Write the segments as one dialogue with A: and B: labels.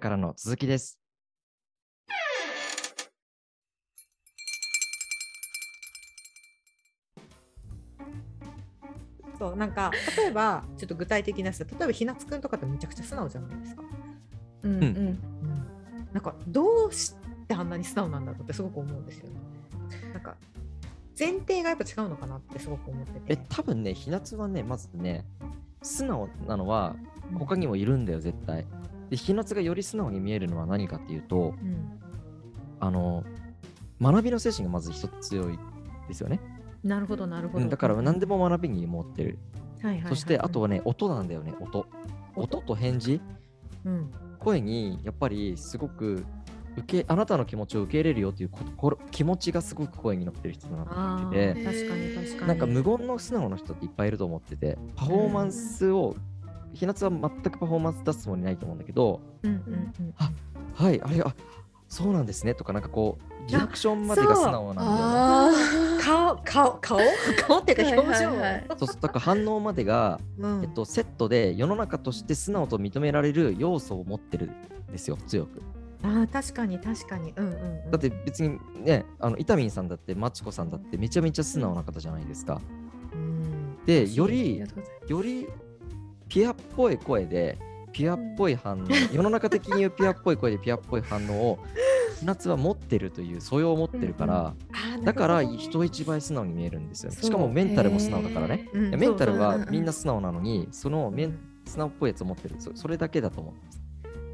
A: からの続きです。
B: そうなんか例えばちょっと具体的なやつ例えばひなつくんとかってめちゃくちゃ素直じゃないですか。
C: うんうん
B: なんかどうしてあんなに素直なんだろうってすごく思うんですよね。なんか前提がやっぱ違うのかなってすごく思って
A: え
B: て。
A: 多分ねひなつはねまずね素直なのは他にもいるんだよ絶対でひなつがより素直に見えるのは何かっていうと
B: うん、
A: あの学びの精神がまず一つ強いですよね、
B: なるほどなるほ
A: う
B: ど。
A: ん、だから何でも学びに持ってる、
B: はいはいはい
A: そしてあと、はね音なんだよね音音と返事
B: うん、
A: 声にやっぱりすごく受けあなたの気持ちを受け入れるよっていうここ気持ちがすごく声に乗ってる人だなと思
B: あ
A: っ
B: あ
A: てて
B: ー確かに確かに。
A: なんか無言の素直な人っていっぱいいると思っててパフォーマンスを、ひなつは全くパフォーマンス出すつもりないと思うんだけど
B: うんうんうん、
A: あはいあれあそうなんですねとかなんかこうリアクションまでが素直なんだよね
C: あー
B: 顔顔顔顔っていうか表情。
C: はいはいはい
A: そうそうだから反応までが、
B: うん
A: えっと、セットで世の中として素直と認められる要素を持ってるんですよ強く
B: ああ確かに確かに。うんうん、うん。
A: だって別にねあの伊丹さんだってマチコさんだってめちゃめちゃ素直な方じゃないですか
B: うん、
A: でよ
C: あ
A: り
C: りがとうございます
A: よりピアっぽい声でピアっぽい反応、世の中的に言うピアっぽい声でピアっぽい反応を夏は持ってるという素養を持ってるから、
B: あー
A: だか、ら
B: なるほど
A: 人一倍素直に見えるんですよね
B: そう
A: しかもメンタルも素直だからね、
B: うん
A: いやメンタル
B: そうそう
A: は
C: うんうん
A: みんな素直なのにそのメン素直っぽいやつを持ってるそそれだけだと思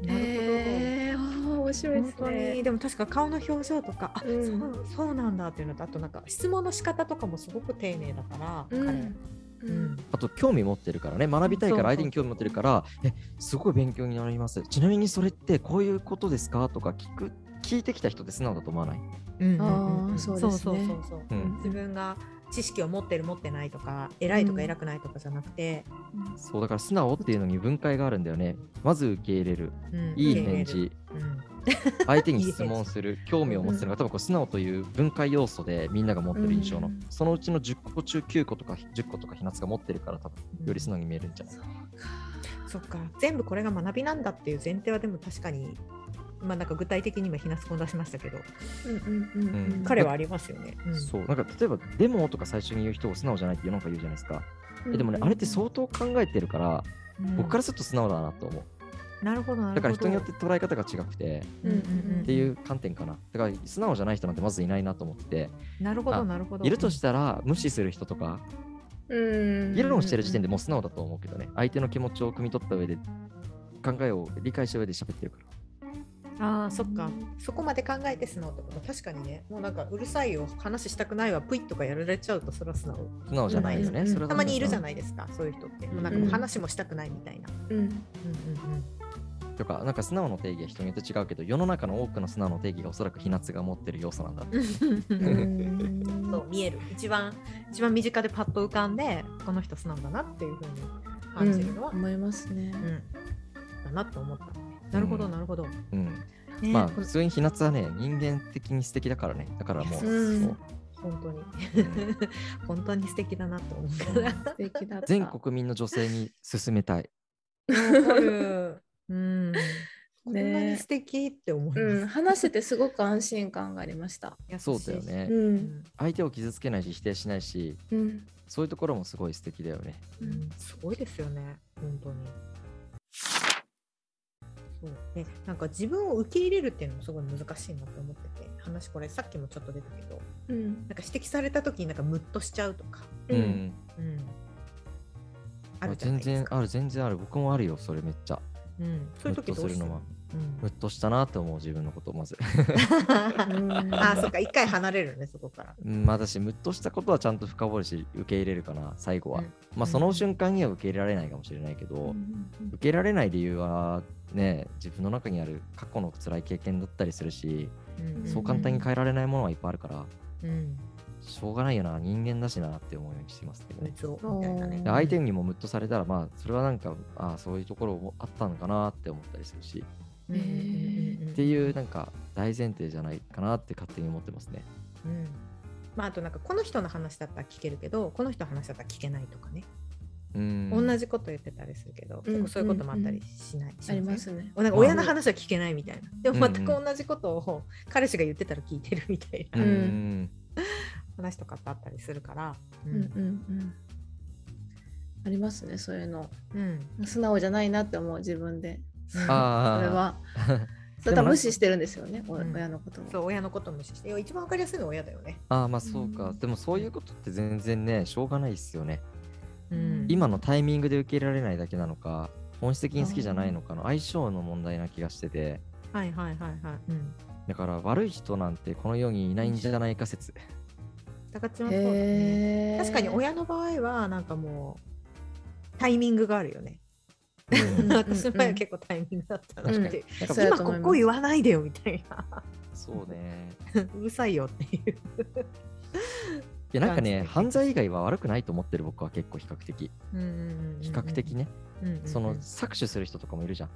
A: う
B: なるほど。
C: へーあー面白いで
B: 本
C: す
B: 当に
C: ね
B: でも確か顔の表情とかあ、
C: うん
B: そうそうなんだっていうのとあとなんか質問の仕方とかもすごく丁寧だから、
C: う
B: 彼
C: んう
B: うん
C: ん
A: あと興味持ってるからね学びたいか
B: そうそ
A: ら
B: う
A: 相手に興味持ってるからえすごい勉強になりますちなみにそれってこういうことですかとか聞く聞いてきた人って素直だと思わない、
B: うん
C: あーそうですね
B: そうそうそうそう
A: うん
B: 自分が知識を持ってる持ってないとか偉いと
C: うん
B: か偉くないとかじゃなくて、
A: そうだから素直っていうのに分解があるんだよね。まず受け入れる、
B: うん
A: いい
B: 受け入れ
A: 返
B: る
A: 事、
B: うん
A: 相手に質問す る、興味を持つのが多分こう素直という分解要素でみんなが持ってる印象の、
C: うん
A: そのうちの10個中9個とか10個とかひなつが持ってるから多分より素直に見えるんじゃない、
B: そっか全部これが学びなんだっていう前提はでも確かにまあなんか具体的に今ひなすこん出しましたけど、
C: うんうんうんうん
A: うん
B: 彼はありますよね、うん
A: そうなんか例えば「でも」とか最初に言う人を素直じゃないって世の中言うじゃないですか、えでもねあれって相当考えてるから、
B: うん
A: 僕からすると素直だなと思う
B: なるほどなるほど
A: だから人によって捉え方が違くて
B: うんうんうん
A: っていう観点かなだから素直じゃない人なんてまずいないなと思ってて
B: なるほど
A: あ
B: なるほど
A: いるとしたら無視する人とか
C: うん
A: 議論してる時点でもう素直だと思うけどね、相手の気持ちを汲み取った上で、考えを理解した上で喋ってるから。
B: あーそっか、
C: うん
B: そこまで考えて素直ってこと確かにねもうなんかうるさいよ話したくないわぷいとかやられちゃうとそれは素直
A: 素直じゃないよ
C: う
A: ね。
C: ん
A: それは
B: たまにいるじゃ
A: い。
B: ないですかそういう人って、
A: うん
B: もうなんかもう話もしたくないみたいな、
C: うん
B: うんうんうん、
A: とか、なんか素直の定義は人によって違うけど、世の中の多くの素直の定義がおそらくひなつが持ってる要素なんだって。
C: うん
B: そう見える一番一番身近でパッと浮かんでこの人素直だなっていうふうに感じるのは、
C: うん思いますね
B: うんだなって思った、なるほど
A: うん
B: なるほど、ね
A: うん。まあ、
B: こ
A: 普通にひなつはね、人間的に素敵だからね。だからもう、
C: うん
A: そう
B: 本当に
A: うん
B: 本当に素敵だなと思うから
C: 素敵だった
A: 全国民の女性に勧めたい。
B: わかるうんこんなに
C: ね
B: 素敵って思います、
C: うん話しててすごく安心感がありました
B: 優しい
A: そうだよね。
C: う
B: うんん、
A: 相手を傷つけないし、否定しないし、
C: うん
A: そういうところもすごい素敵だよね。
C: うん
B: すごいですよね本当にそうねなんか自分を受け入れるっていうのもすごい難しいなと思ってて話これさっきもちょっと出たけど
C: うん
B: なんか指摘された時になんかムッとしちゃうとか、
C: う
A: うんん。
B: うん、
A: ま
B: ある
A: あ
B: じゃな
A: 全
B: いです
A: 然
B: か、
A: ある、全然ある。僕もあるよ、それめっちゃ。
B: うん、そういう時どうしてるの、
A: ムッとしたなって思う自分のことまず
B: うん、 あーそっか一回離れるねそこから
A: うんまあ私ムッとしたことはちゃんと深掘るし受け入れるかな最後は、
B: うん
A: まあその瞬間には受け入れられないかもしれないけど、受け入れられない理由はね自分の中にある過去の辛い経験だったりするし、
B: ん
A: そう簡単に変えられないものはいっぱいあるから
B: うん
A: しょうがないよな人間だしなって思うようにしてますけど
B: う
A: ね、
B: つをみたいなね
A: で相手にもムッとされたらまあそれはなんかああそういうところもあったのかなって思ったりするし、
B: うんうんうんうん
A: っていうなんか大前提じゃないかなって勝手に思ってますね
B: うんまあ、あとなんかこの人の話だったら聞けるけどこの人の話だったら聞けないとかね
A: うん
B: 同じこと言ってたりするけど、
C: うん
B: 結構そういうこともあったりしない、し
C: ありま
B: せん
C: すね。
B: なんか親の話は聞けないみたいな、でも
A: うんう
B: 全
A: ん
B: く同じことを彼氏が言ってたら聞いてるみたいな
A: うんうん
B: 話とかってあったりするから、う
C: うんんうんうん。ありますね、そういうの。
B: うん
C: 素直じゃないなって思う、自分で。
A: あ
C: それ
A: ー
C: は。
A: でも
C: だから無視してるんですよね、お
B: うん
C: 親のことを。
B: そう親のことも無視していや一番わかりやすいのは親だよね、
A: あーまあそうか、
C: うん
A: でもそういうことって全然ねしょうがないっすよね
C: うん
A: 今のタイミングで受け入れられないだけなのか本質的に好きじゃないのかの相性の問題な気がしてて
B: はいはいはいはい、うん、
A: だから悪い人なんてこの世にいないんじゃないか説
B: 高千穂そうだね
C: へー
B: 確かに親の場合はなんかもうタイミングがあるよね、
A: うん
B: 私の場合は結構タイミングだったなっていう、
A: 確
C: そ
A: か
C: う
A: に
C: や
B: 今
C: と思い
B: こ
C: ます
B: こ言わないでよみたいな
A: そうね
B: うるさいよっていう
A: いやなんかね
B: 男性
A: 犯罪以外は悪くないと思ってる僕は結構比較的
B: うんうんうんうん
A: 比較的ね、
B: うんうんうん
A: その搾取する人とかもいるじゃん、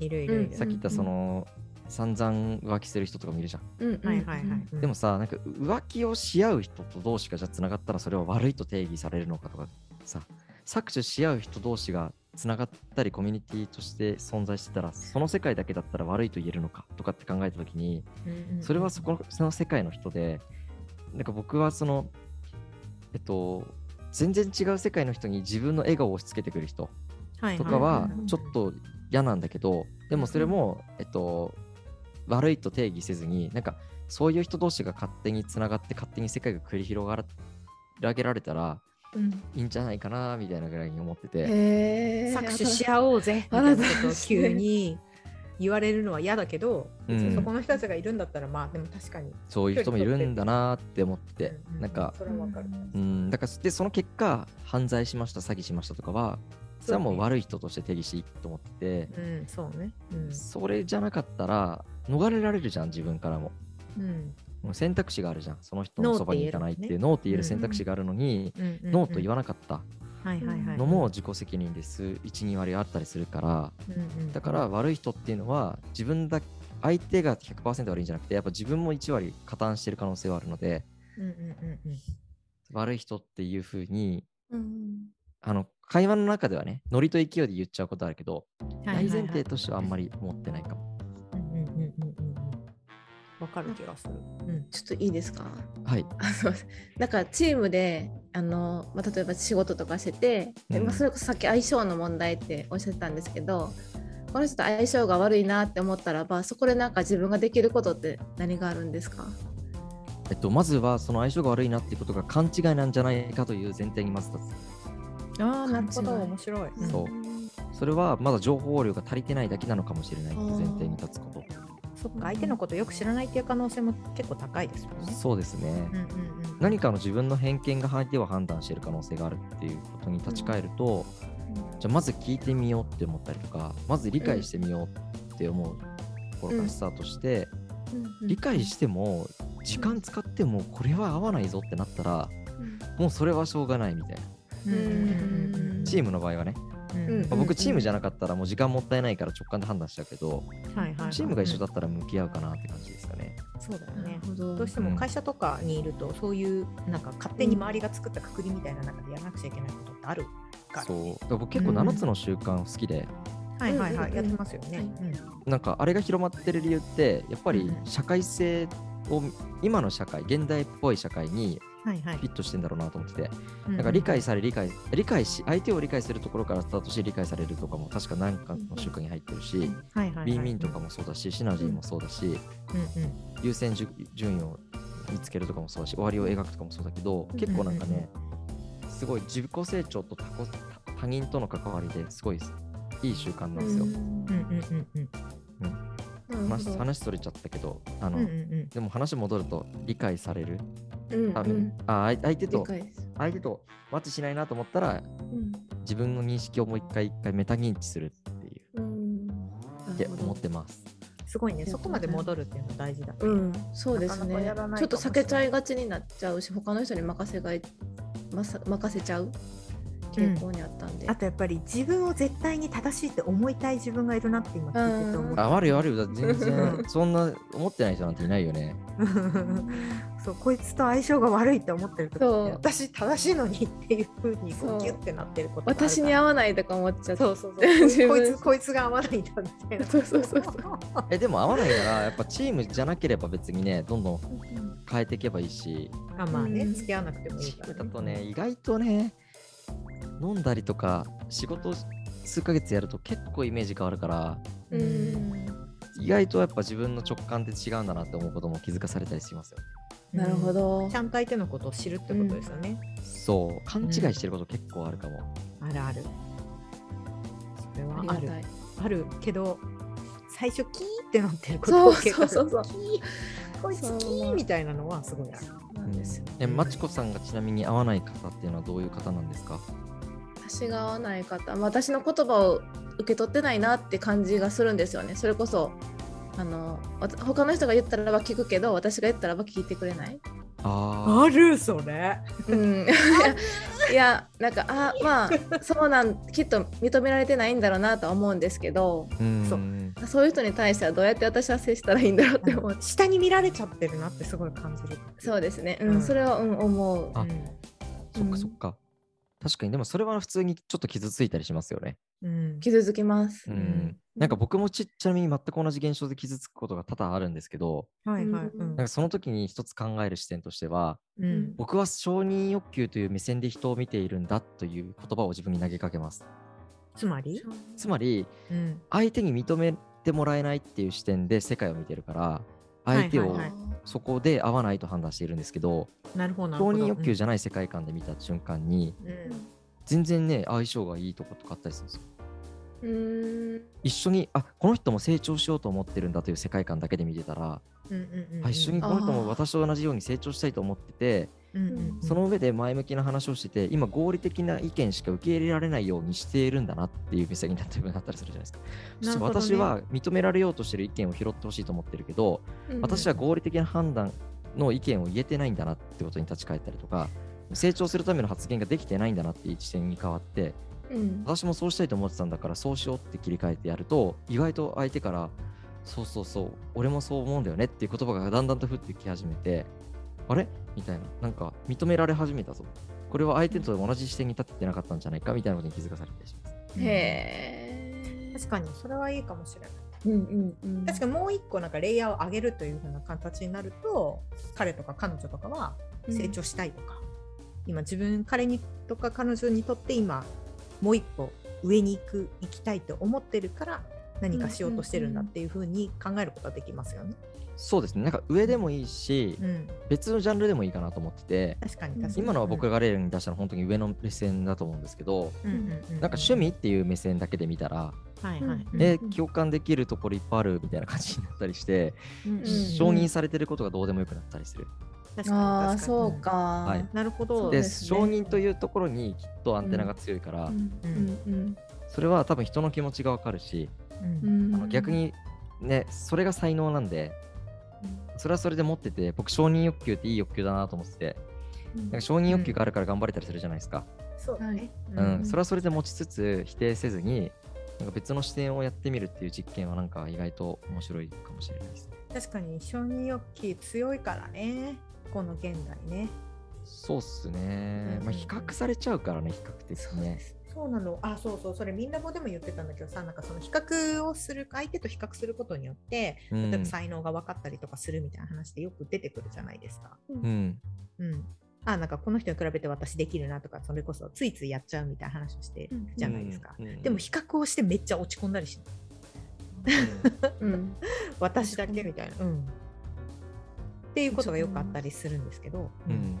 B: いるいるいる、
A: さっき言った
C: うんうん
A: その、散々浮気する人とかもいるじゃん、
C: うんうんうん
B: はいはいはい、
A: でもさなんか浮気をし合う人と同士がじゃあつながったらそれは悪いと定義されるのかとかさ搾取し合う人同士がつながったりコミュニティとして存在してたらその世界だけだったら悪いと言えるのかとかって考えた時にそれはそこのその世界の人でなんか僕はそのえっと全然違う世界の人に自分の笑顔を押し付けてくる人とかはちょっと嫌なんだけど、でもそれも、えっと、悪いと定義せずになんかそういう人同士が勝手につながって勝手に世界が繰り広がらげられたら
C: うん
A: いいんじゃないかなみたいなぐらいに思ってて、
C: へー
B: 搾取し合おうぜみたいなことを急に言われるのは嫌だけど、
A: うん
B: 別にそこの人たちがいるんだったらまあでも確かに、
A: そういう人もいるんだなって思って、なんか、
B: それはわかる、
A: うん、だからでその結果犯罪しました詐欺しましたとかはそれはもう悪い人として定義していいと思ってて、
B: うん、そうねうん、
A: それじゃなかったら逃れられるじゃん自分からも。
B: うん
A: もう選択肢があるじゃんその人のそばに行かないっていうノーって言える選択肢があるのに、
B: うんうん、
A: ノーと言
B: わ
A: わなかった
B: ない、はいはいはい、
A: のも自己責任です12割あったりするから
B: うんうん、
A: だから悪い人っていうのは自分だ相手が100%悪いんじゃなくてやっぱ自分も1割加担してる可能性はあるので
B: うんうんうんうん
A: 悪い人っていうふうに
C: うん
A: あの会話の中ではねノリと勢いで言っちゃうことあるけど、
B: はいはいはい、
A: 大前提としてはあんまり持ってないかも
B: うんうんうんうんうんうんわかる気がする、うん
C: ちょっといいですか
A: はい
C: あの なんかチームであの、まあ、例えば仕事とかしてて、でまあ、それこそさっき相性の問題っておっしゃってたんですけどこの人と相性が悪いなって思ったらばそこでなんか自分ができることって何があるんですか
A: えっとまずはその相性が悪いなっていうことが勘違いなんじゃないかという前提にまず立つ
B: ああな
C: な
B: る
C: る
B: ほ
C: ほ
B: ど
C: ど
B: 面白い、
A: そうそれはまだ情報量が足りてないだけなのかもしれないっていう前提に立つこと。
B: そっか相手のことよく知らないっていう可能性も結構高いですもんね
A: そうですね
B: う。んうんうん
A: 何かの自分の偏見が相手を判断している可能性があるっていうことに立ち返ると、じゃあまず聞いてみようって思ったりとか、まず理解してみようって思うところからスタートして、理解しても時間使ってもこれは合わないぞってなったら、もうそれはしょうがないみたいな。
B: うんうんうんうん
A: チームの場合はね、
B: うん
A: まあ
C: うん
A: 僕チームじゃなかったらもう時間もったいないから直感で判断しちゃうけど、
B: はいはいはい
A: チームが一緒だったら向き合うかなって感じですかね。
B: そうだよ
C: なる
B: ね
C: ほど
B: どうしても会社とかにいるとそういうなんか勝手に周りが作ったくくりみたいな中でやらなくちゃいけないことってあるから
A: そうだから僕結構
C: うん
A: 7つの習慣好きで、
B: はいはいは
C: うんうんう
B: い
C: ん
B: やってますよね
C: はい
A: なんかあれが広まってる理由ってやっぱり
B: うん
A: 社会性を今の社会現代っぽい社会に
B: うんはいはい
A: フィットしてんだろうなと思ってて
B: な
A: なんか理解され理解理解し相手を理解するところからスタートして理解されるとかも確か何かの習慣に入ってるし
B: はいはいはい
A: B ミンとかもそうだしシナジーもそうだし
B: うんうん
A: 優先順順位を見つけるとかもそうだし終わりを描くとかもそうだけど結構なんかねすごい自己成長と他己他他人との関わりですごいいい習慣なんですよ。
B: うんうんうんうん
A: 話話それちゃったけどあの、
B: うんうんうん
A: でも話戻ると理解される、あああい相手と相手とマッチしないなと思ったら自分の認識をもう一回一回メタ認知するっていうって思ってます
B: すごいねそこまで戻るっていうの大事だね
C: うん、そうで
B: な
C: す
B: かなか
C: ね
B: やらないかもしれない
C: ちょっと避けちゃいがちになっちゃうし他の人に任せがい、まさ、任せちゃう傾向にあったんで、
B: あとやっぱり自分を絶対に正しいって思いたい自分がいるなって今聞いてて思っ
A: あ悪い悪いだ全然そんな思ってない人なんていないよね
B: た。そうこいつと相性が悪いって思ってる時
C: そう
B: に私正しいのにっていうふうにこ
C: そう
B: うギュッてなってることがあるから
C: 私に合わないとか思っちゃって
B: そうそう そう
C: 自
B: こい
C: 分
B: つこいつが合わないんだみたいな
C: そうそうそうそ
A: えでも合わないならやっぱチームじゃなければ別にねどんどん変えていけばいいし
B: あまあね、
C: うん
B: 付き合わなくてもいい
A: チ
B: か
A: ーム
B: ら、
A: だとね意外とね飲んだりとか仕事数ヶ月やると結構イメージ変わるから
C: ううん
A: 意外とやっぱ自分の直感って違うんだなって思うことも気づかされたりしますよ
C: なるほど
B: ちゃんと相手のことを知るってことですよね、
A: そう勘違いしてること結構あるかも、
B: あるあるそれは
C: ありが
B: ある
C: たい
B: あるけど最初キーってなってることを
C: そうそうそうそう
B: キーこいつキーみたいなのはすごいある
C: な
A: うん
C: んですよ
A: えまちこさんがちなみに合わない方っていうのはどういう方なんですか
C: 私が合わない方、まあ私の言葉を受け取ってないなって感じがするんですよねそれこそあのわた他の人が言ったらば聞くけど私が言ったらば聞いてくれない、
A: あ
B: あるそれ
C: うん、いやなんかあまあそうなんきっと認められてないんだろうなとは思うんですけど
A: あうん
B: そ
C: そういう人に対してはどうやって私は接したらいいんだろうって思う
B: 下に見られちゃってるなってすごい感じる
C: そうですね、うん
B: うん
C: それは、うん、思う
A: あそっ
C: う
A: か
C: ん
A: そっか、確かにでもそれは普通にちょっと傷ついたりしますよね
B: うん
C: 傷つきます
A: う、ん、
B: ん
A: なんか僕もちちなみに全く同じ現象で傷つくことが多々あるんですけど
B: はいはい、
C: う
B: うんん
A: なんかその時に一つ考える視点としては
B: うん
A: 僕は承認欲求という目線で人を見ているんだという言葉を自分に投げかけます
B: つまり、
A: つまり
B: うん
A: 相手に認めてもらえないっていう視点で世界を見てるから相手
B: はい
A: を
B: はいはい
A: そこで合わないと判断しているんですけど、
B: なるほどなる
A: 承
B: ほど
A: 認欲求じゃない世界観で見た瞬間に
B: うん
A: 全然ね相性がいいとことかあったりするんですよ
C: うん
A: 一緒にあこの人も成長しようと思ってるんだという世界観だけで見てたら、
B: うんうんうんうん
A: あ一緒にこの人も私と同じように成長したいと思ってて
B: うんうんうん
A: その上で前向きな話をしてて今合理的な意見しか受け入れられないようにしているんだなっていう目線になったりなったりするじゃないですか、そして
B: なるほどね
A: 私は認められようとしてる意見を拾ってほしいと思ってるけど私は合理的な判断の意見を言えてないんだなってことに立ち返ったりとか成長するための発言ができてないんだなっていう視点に変わって
C: うん
A: 私もそうしたいと思ってたんだからそうしようって切り替えてやると意外と相手からそうそうそう俺もそう思うんだよねっていう言葉がだんだんと降ってき始めてあれみたいななんか認められ始めたぞこれは相手と同じ視点に立ってなかったんじゃないかみたいなことに気づかされたりします
C: へえ
B: 確かにそれはいいかもしれない
C: うんうんうん
B: 確かにもう一個なんかレイヤーを上げるというふうな形になると彼とか彼女とかは成長したいとか、今自分彼にとか彼女にとって今もう一歩上に行く行きたいと思ってるから何かしようとしてるんだっていうふうに考えることができますよね。
A: そうですねなんか上でもいいし
B: うん、
A: 別のジャンルでもいいかなと思ってて
B: 確かに確かに
A: 今のは僕がレールに出したのは本当に上の目線だと思うんですけど、
B: うんうんうんうん
A: なんか趣味っていう目線だけで見たら、
B: はいはい、
C: うん
A: えー共感できるところいっぱいあるみたいな感じになったりして、
B: うんうん
A: 承認されてることがどうでもよくなったりする。
B: 確かに確かに
C: ああそうか、
A: はい
B: なるほ
C: そ
B: ど
C: う
A: で
C: ですね
A: 承認というところにきっとアンテナが強いから、
C: うんうん
A: それは多分人の気持ちがわかるし、
B: うん
C: うん
A: あの逆にねそれが才能なんでそれはそれで持ってて僕承認欲求っていい欲求だなと思ってて
C: うん
A: なんか承認欲求があるから頑張れたりするじゃないですか。
B: そうだね、
A: う
C: うん
A: ん、それはそれで持ちつつ否定せずになんか別の視点をやってみるっていう実験はなんか意外と面白いかもしれないですね。
B: 確かに承認欲求強いからねこの現代ね
A: そうっすね。まあ、
B: うん
A: 比較されちゃうからね、比較的
C: そうで
A: ね。
C: す
B: そうなのあそうそうそれみんなもでも言ってたんだけどさなんかその比較をする相手と比較することによって
A: う
B: 例えば
A: ん。
B: 才能が分かったりとかするみたいな話でよく出てくるじゃないですか。
A: うん。
B: うん、あなんかこの人に比べて私できるなとかそれこそついついやっちゃうみたいな話をしてるじゃないですか。
A: うん。うん
B: でも比較をしてめっちゃ落ち込んだりしない
C: うん
B: 私だけみたいな。うんっていうことがよくあったりするんですけど、
A: う
B: うん
A: ん。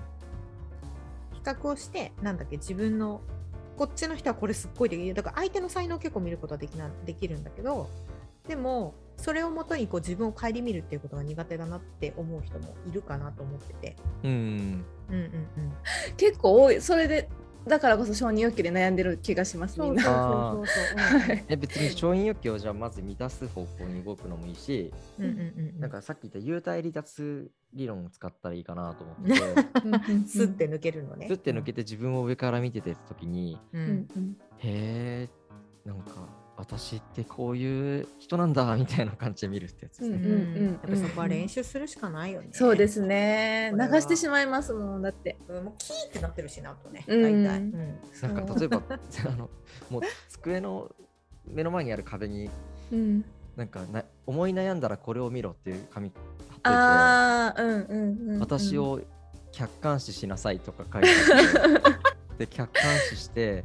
B: 比較をしてなんだっけ自分のこっちの人はこれすっごいできるだから相手の才能を結構見ることはできなできるんだけどでもそれをもとにこう自分を顧みるっていうことが苦手だなって思う人もいるかなと思ってて。
A: うん。
B: うんうんうん、
C: 結構多いそれでだからこそ承認欲求で悩んでる気がしますみんな
A: そう
B: そうそう
C: はい
A: え別に承認欲求をじゃあまず満たす方向に動くのもいいし、
B: うんうんう ん。
A: なんかさっき言った幽体離脱理論を使ったらいいかなと思 ってて、
B: すって抜けるのね。
A: ずって抜けて自分を上から見てた時に、
B: うん。
C: うんうん
A: へえ、なんか私ってこういう人なんだみたいな感じで見るってやつです
C: う
A: ね。
C: んうんうん
B: やっぱそこは練習するしかないよね。
C: そうですね
B: こ
C: 流
B: れは
C: してしまいますもんだって
B: うん。もうキーってなってるしなとね、
C: うん
B: 大体。うん
A: なんか
C: そう
A: 例えば あのもう机の目の前にある壁に
C: うん
A: なんかな思い悩んだらこれを見ろっていう紙貼ってて
C: ああうんうんうん
A: 私を客観視しなさいとか書いてあってで客観視して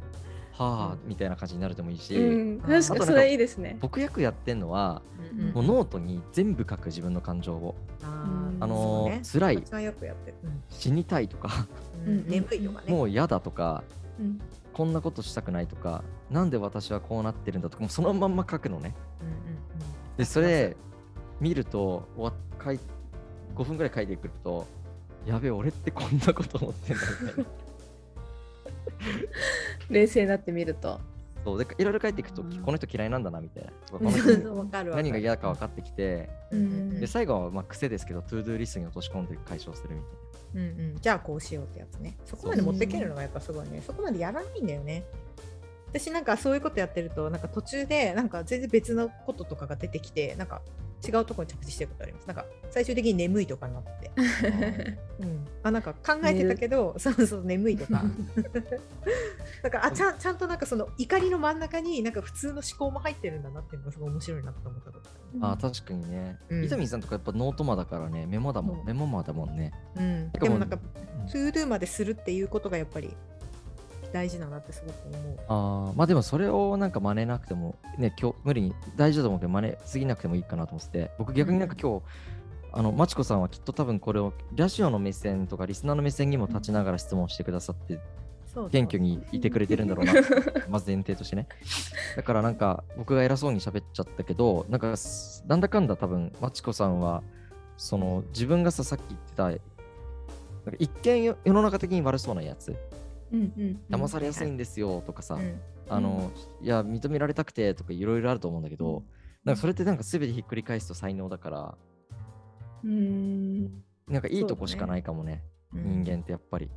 A: はあみたいな感じになるでもいいし、
C: うん確かに
B: あとなん
A: か
C: それいいですね
A: 僕よくやってんのは
B: うん
A: もうノートに全部書く自分の感情を
B: あー
A: あの
B: そう
A: ー
B: ね
A: 辛い
B: 私はよくやってる。うん
A: 死にたいとか
B: うん
C: うん
B: 眠いとかね。
A: もう嫌だとか
C: うん
A: こんなことしたくないとかなんで私はこうなってるんだとかもうそのまんま書くのね。
B: うんうんうん
A: でそれ見るとわかい5分ぐらい書いてくるとやべえ俺ってこんなこと思ってんだみたいな
C: 冷静になってみると
A: そうでいろいろ書いていくと
C: うん
A: この人嫌いなんだなみたいなとかこ
C: ん
A: の
C: そう
A: 人
C: そう
B: わかるわかる
A: 何が嫌か分かってきて
B: うんうん
A: で最後はまあ癖ですけどトゥードゥーリストに落とし込んで解消するみたい
B: うんうんじゃあこうしようってやつねそこまで持ってけるのがやっぱすごいねそこまでやらないんだよね私なんかそういうことやってるとなんか途中でなんか全然別のこととかが出てきてなんか違うところに着地してることありますなんか最終的に眠いとかになって、うん、あなんか考えてたけどそうそう眠いと かなんかあちゃんちゃんとなんかその怒りの真ん中になんか普通の思考も入ってるんだなっていうのがすごい面白いなと思ったことあ
A: な、あー確かにね、
B: うん
A: 伊丹さんとかやっぱノートマだからねメモだもん、
B: うん
A: メモマだもんね
B: る、うん、
A: て
B: でもなんか
A: うん
B: トゥードゥまでするっていうことがやっぱり大事だなってすごく思う。
A: あーまあでもそれをなんか真似なくてもね今日無理に大丈夫だと思うけど真似すぎなくてもいいかなと思ってて僕逆になんか今日、あのまちこさんはきっと多分これをラジオの目線とかリスナーの目線にも立ちながら質問してくださって
B: そう
A: 謙虚にいてくれてるんだろうな まず前提としてねだからなんか僕が偉そうに喋っちゃったけどなんかすなんだかんだ多分まちこさんはその自分がささっき言ってたなんか一見よ世の中的に悪そうなやつ
C: うんうん
A: 騙されやすいんですよとかさ、
B: うん
A: あの、いや、認められたくてとかいろいろあると思うんだけど、なんかそれってなんか全てひっくり返すと才能だから、
C: うん
A: なんかいいとこ
B: そう
A: し
B: ね
A: かないかもね、人間ってやっぱり。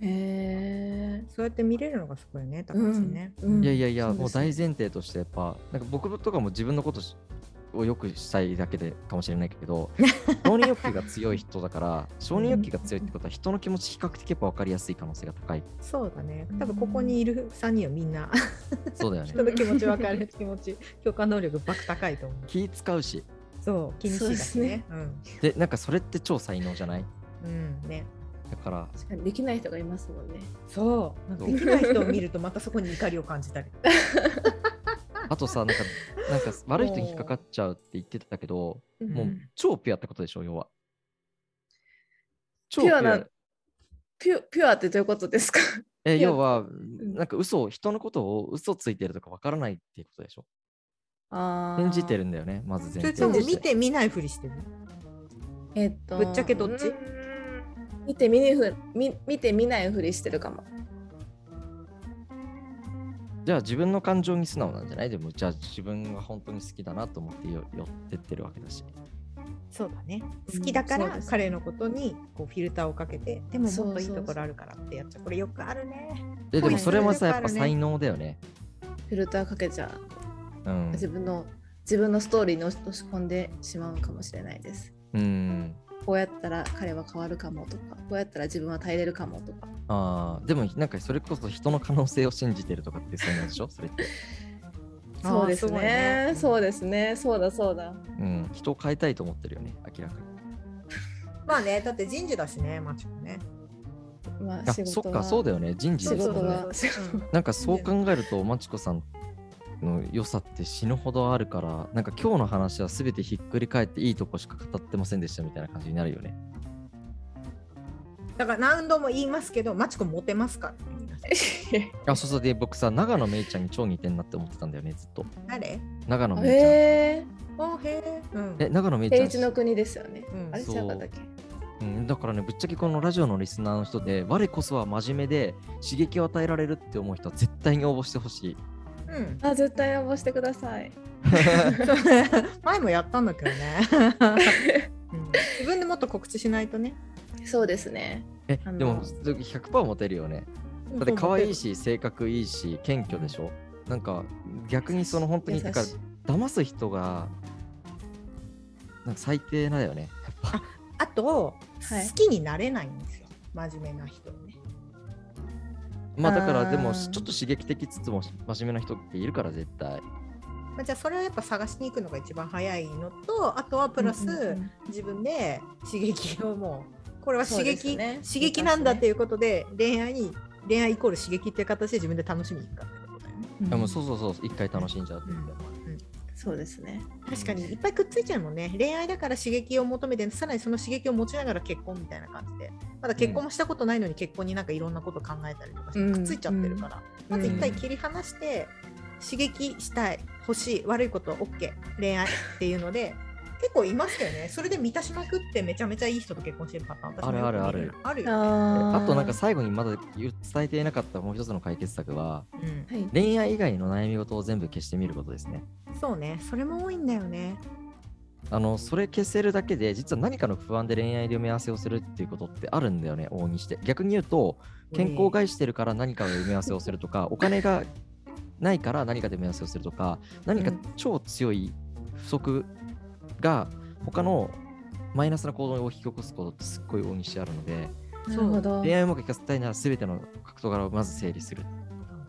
C: へえ
B: そうやって見れるのがすごいね、高橋ね。
A: いやいやいや、もう大
C: 事
A: 前提としてやっぱ、なんか僕とかも自分のことしをよくしたいだけでかもしれないけ ど、承認欲求が強い人だから、承認欲求が強いってことは人の気持ち比較的やっぱ分かりやすい可能性が高い。
B: そうだね。多分ここにいる3人はみんな、
A: そう だよね
B: 人。の気持ち分かる気持ち、共感能力ばく高いと思う。
A: 気使うし、
B: そう、気にしいだしね。
A: で、なんかそれって超才能じゃない
B: うん、うん、ね。
A: だ から、
C: 確かにできない人がいますもんね
B: そう、なんかできない人を見るとまたそこに怒りを感じ たり。
A: あとさ、なんか、なんか悪い人に引っかかっちゃうって言ってたけど、もう超ピュアってことでしょ、要は。超
C: ピュアなピュピュアってどういうことですか
A: え
C: ピュア
A: 要は、
C: ん
A: なんか嘘を、人のことを嘘ついてるとかわからないっていうことでしょ。
C: あー
A: 信じてるんだよね、まず
B: そ
A: 前
B: れと
A: 提
B: も
A: とし
B: 見
A: て。
B: て見ないふりしてる。
C: えっと
B: ぶっちゃけどっち
C: うーん見て見ぬふ見見て見ないふりしてるかも
A: じゃあ自分の感情に素直なんじゃないでも、じゃあ自分が本当に好きだなと思ってよ寄ってってるわけだし。
B: そうだね。
C: うん
B: 好きだか
C: そう
B: ら
C: です
B: 彼のことにこうフィルターをかけて、でももっといい
C: そうそうそ
B: と
C: う
B: ころあるからってやっちゃう。これよくあるね。
A: ででもそれもさ、
B: はい
A: やっぱ才能だよね。
C: フィルターかけちゃう
A: うん。
C: 自分の自分のストーリーに落し込んでしまうかもしれないです
A: うん
C: こうやったら彼は変わるかもとかこうやったら自分は耐えれるかもとか
A: あーでもなんかそれこそ人の可能性を信じてるとかっていう才能でしょそれって、
B: あー
C: そうです
B: すごい
C: ね
B: ね
C: そうですねそうだそうだ
A: うん、人を変えたいと思ってるよね明らかに
B: まあね、だって人事だしね、マチコね。
C: まあ
A: あ
C: 仕
A: そ
C: 事
A: っ
C: は
A: かそう だよね人事
C: 仕
A: ですも
C: 事
A: んね
C: が
B: そうそうそう
A: なんかそう考えると、まちこさんの良さって死ぬほどあるから、なんか今日の話は全てひっくり返っていいとこしか語ってませんでしたみたいな感じになるよね。
B: だから何度も言いますけど、マチコモテますから。
A: あ、そうそうで、僕さ、長野めいちゃんに超似てんなって思ってたんだよね、ずっと。
B: 誰
A: 長野めいちゃん。
C: ええ
B: おーへえ。うん。
A: え、長野めい
C: ー、
A: ちゃ
C: 平
A: ん
C: 一の国ですよね、
B: うん
C: あれ
A: そう
C: 違うかったっけ
A: うん。だからね、ぶっちゃけこのラジオのリスナーの人で、我こそは真面目で刺激を与えられるって思う人は絶対に応募してほ しい。
B: うん、
C: あ絶対応募してください
B: 前もやったんだけどね、 うん自分でもっと告知しないとね。
C: そうですね
A: え、
C: あの
A: でも100%モテるよね。だって可愛いし、性格いいし、謙虚でしょ。なんか逆にその本当にだから
C: 優しい
A: 騙す人がなんか最低なんだよねやっぱ
B: あと、
C: はい
B: 好きになれないんですよ真面目な人ね
A: まあだからでも
C: あ
A: ちょ
C: ー
A: っと刺激的つつも真面目な人っているから絶対
B: まあ、じゃあそれをやっぱ探しに行くのが一番早いのとあとはプラス、
C: うんうんうん
B: 自分で刺激をもうこれは
C: そ
B: 刺
C: うで
B: 激、
C: すね
B: 刺激なんだっていうことで恋愛に恋愛イコール刺激っていう形で自分で楽しみに行くかってことだよね、
A: でも
C: そ
A: そううそうそう一回楽しんじゃうっていうか
C: ですね
B: 確かにいっぱいくっついちゃうもんね恋愛だから刺激を求めてさらにその刺激を持ちながら結婚みたいな感じでまだ結婚もしたことないのに結婚になんかいろんなこと考えたりとかして
C: うん
B: くっついちゃってるから、まず一回切り離して刺激したい欲しい悪いこと OK 恋愛っていうの で結構いましたよねそれで満たしまくってめちゃめちゃいい人と結婚してるパターン私もよく
A: あるある
B: 見あるよ、
C: あ
A: あとなんか
C: は
A: 最後にまだ言う伝えていなかったもう一つの解決策は
B: うん
C: い
A: 恋愛以外の悩み事を全部消してみることですね
B: そうねそれも多いんだよね
A: あのそれ消せるだけで実は何かの不安で恋愛で埋め合わせをするっていうことってあるんだよね往々にして逆に言うと健康を害してるから何かを埋め合わせをするとか、お金がないから何かで埋め合わせをするとか、何か
C: うん
A: 超強い不足が他のマイナスな行動を引き起こすことってすっごい大にしてあるので、
C: なるほど
A: 恋愛をうまくいかせたいなら全ての格闘柄をまず整理する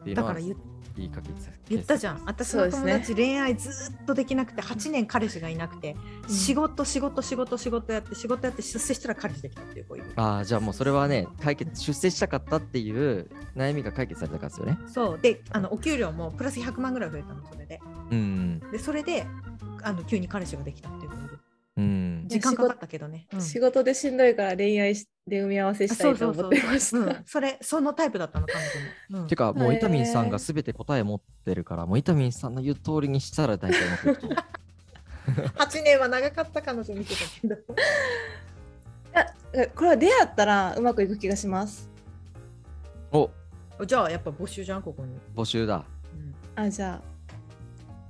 A: っていう
B: だ
A: の
B: か
A: は
B: ら言っ
A: いいかけつ
B: 言ったじゃん私
C: そう
B: の
C: です
B: 友
C: ね
B: 達、恋愛ずーっとできなくて8年彼氏がいなくて、
C: ん
B: 仕事仕事仕事仕事やって仕事やって出世したら彼氏できたっていう子いる
A: ああじゃあもうそれはね解決出世したかったっていう悩みが解決されたからですよね。
B: そうであのお給料もプラス100万ぐらい増えたのそれで
A: うん
B: でそれであの急に彼氏ができたっていう子いる
A: うん
B: 時間かかったけどね、うん
C: 仕事でしんどいから恋愛で埋め合わせしたいと思ってまし
B: う
C: た
B: ん、それそのタイプだったの彼女も、うん
A: てかもう
C: へー
A: 伊丹さんが全て答え持ってるからもう伊丹さんの言う通りにしたら大体うまくいくと思う
B: 8年は長かった彼女見てたけど
C: いやこれは出会ったらうまくいく気がします
B: じゃあやっぱ募集じゃんここに、
A: お募集だ
B: うん
C: あじゃあ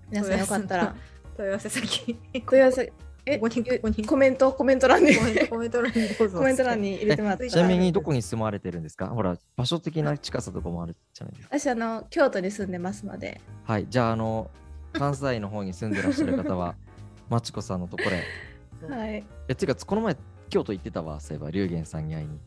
C: 皆さんよかったら
B: 問い合わせ先
C: 問い合わせえ
B: ここにここに
C: コメントコメント欄に
B: コメントコメント欄にどうぞ
C: コメント欄に入れてもらった
B: え
A: ちなみに
B: はい
A: どこに住まれてるんですかほら場所的な近さとかもあるじゃないですか
C: 私あの京都に住んでますので
A: はいじゃああの関西の方に住んでらっしゃる方はまちこさんのところへ
C: はい
A: えていうかこの前京都行ってたわそういえば龍玄さんに会いに
B: ね、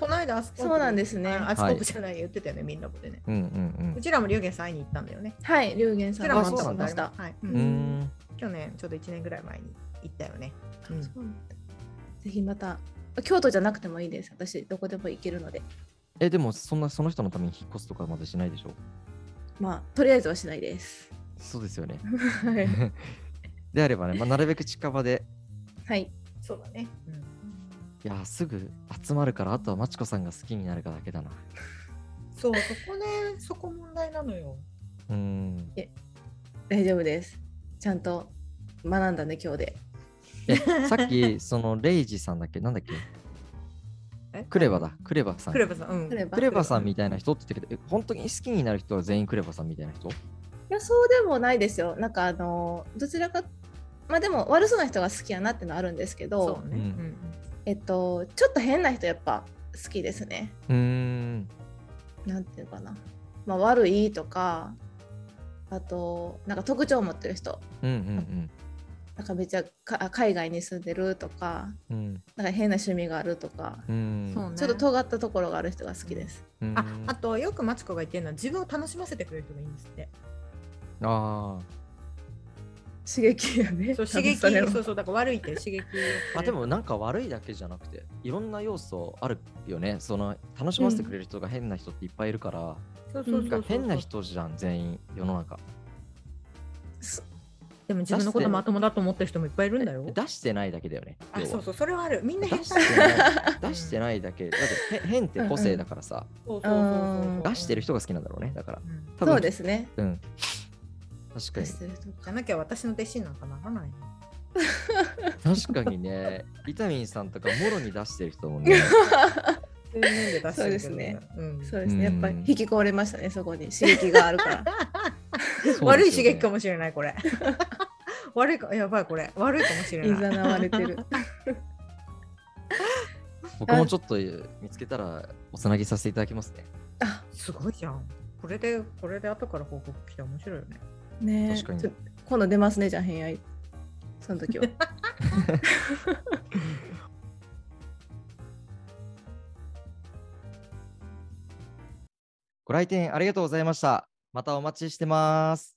B: この間アスコープ
C: そうなんですね
B: あアスコープじゃない、言ってたよね、みんなもでね。
A: うん
B: うちらも龍玄さん会いに行ったんだよね。
C: はい龍玄
B: う
C: さ
B: ち
C: ん
B: ら
C: も
B: も
A: あ
C: 会
B: 会
C: っ
B: ったた
A: そ
C: こ
A: う
C: と
A: なんだ
B: ことあります。
C: ありました
B: はい、
A: う
B: うん
A: うんん
B: 去年、ちょうど1年ぐらい前に行ったよね。うん
C: そうぜひまた京都じゃなくてもいいです私どこでも行けるので
A: えでもそんなその人のために引っ越すとかまでしないでしょ
C: まあとりあえずはしないです
A: そうですよね
C: はい、
A: であればね、まあ、なるべく近場で
C: はい、
B: そうだね。うん
A: いやーすぐ集まるからあとはまちこさんが好きになるかだけだな
B: そう、そこね、そこ問題なのよ。
A: うん
C: 大丈夫ですちゃんと学んだね今日で
A: えさっきそのレイジさんだっけなんだっけ
B: え
A: クレバだクレバさん
B: クレバさん、うん。
C: クレバ
A: クレバさんみたいな人って言ったけどえ本当に好きになる人は全員クレバさんみたいな人
C: いやそうでもないですよなんかあのどちらかまあでも悪そうな人が好きやなってのはあるんですけど
B: そうね。
A: う
B: うんん
C: えっとちょっと変な人やっぱ好きですね
A: うーん
C: なんていうのかな、まあ、悪いとかあとなんか特徴を持ってる人
A: うんうん
C: なんかめっちゃかあ海外に住んでるとか
A: うんうん
C: なんか変な趣味があるとか、
A: うん
B: そうね。
C: ちょっと尖ったところがある人が好きです。
A: うん
B: ああとよくマチコが言ってるのは自分を楽しませてくれる人がいいんですって。
A: あー
C: 刺激や ね。
B: そう刺激、
C: 多分それは
B: そうそう、だから悪いって刺激をくれる。
A: まあでもなんか悪いだけじゃなくていろんな要素あるよねその楽しませてくれる人が変な人っていっぱいいるから、
B: そうそうそう
A: な
B: そ
A: ん
B: う
A: か変な人じゃん全員世の中
B: でも自分のことまともだと思ってる人もいっぱいいるんだよ。
A: 出してないだけだよね
B: あ、
A: 要は
B: そうそう、それはある。みんな変
A: 出
B: 態
A: してない出してないだけだってへ変って個性だからさ
B: そうそうそうそう
A: 出してる人が好きなんだろうねだから
B: うん
A: 多分
C: そうですね。
A: うん確か
C: 出
A: に
C: してる人
B: じゃなきゃ私の弟子なんかならない。
A: 確かにねビタミンさんとかもろに出してる人もね
B: そういう面で出してるけど
C: そうですね。
B: うん
C: そうですね。や
A: う
C: っ
A: ん
C: ぱり引き込まれましたね、そこに刺激があ るから。
B: 悪い刺激か
A: も
B: もしれないこれ。 悪いかやばいこれ悪いかもしれ
C: い
B: な
C: ざ
B: い。
C: なわれ てる。
A: 僕もちょっと見つけたらおつなぎさせていただきますね
C: あ、
B: すごいじゃん。これで、これで後から報告来て面白いよね。
C: ねえ
A: 確かに
C: ちょ今度出ますねじゃあ偏愛その時は
A: ご来店ありがとうございました。またお待ちしてます。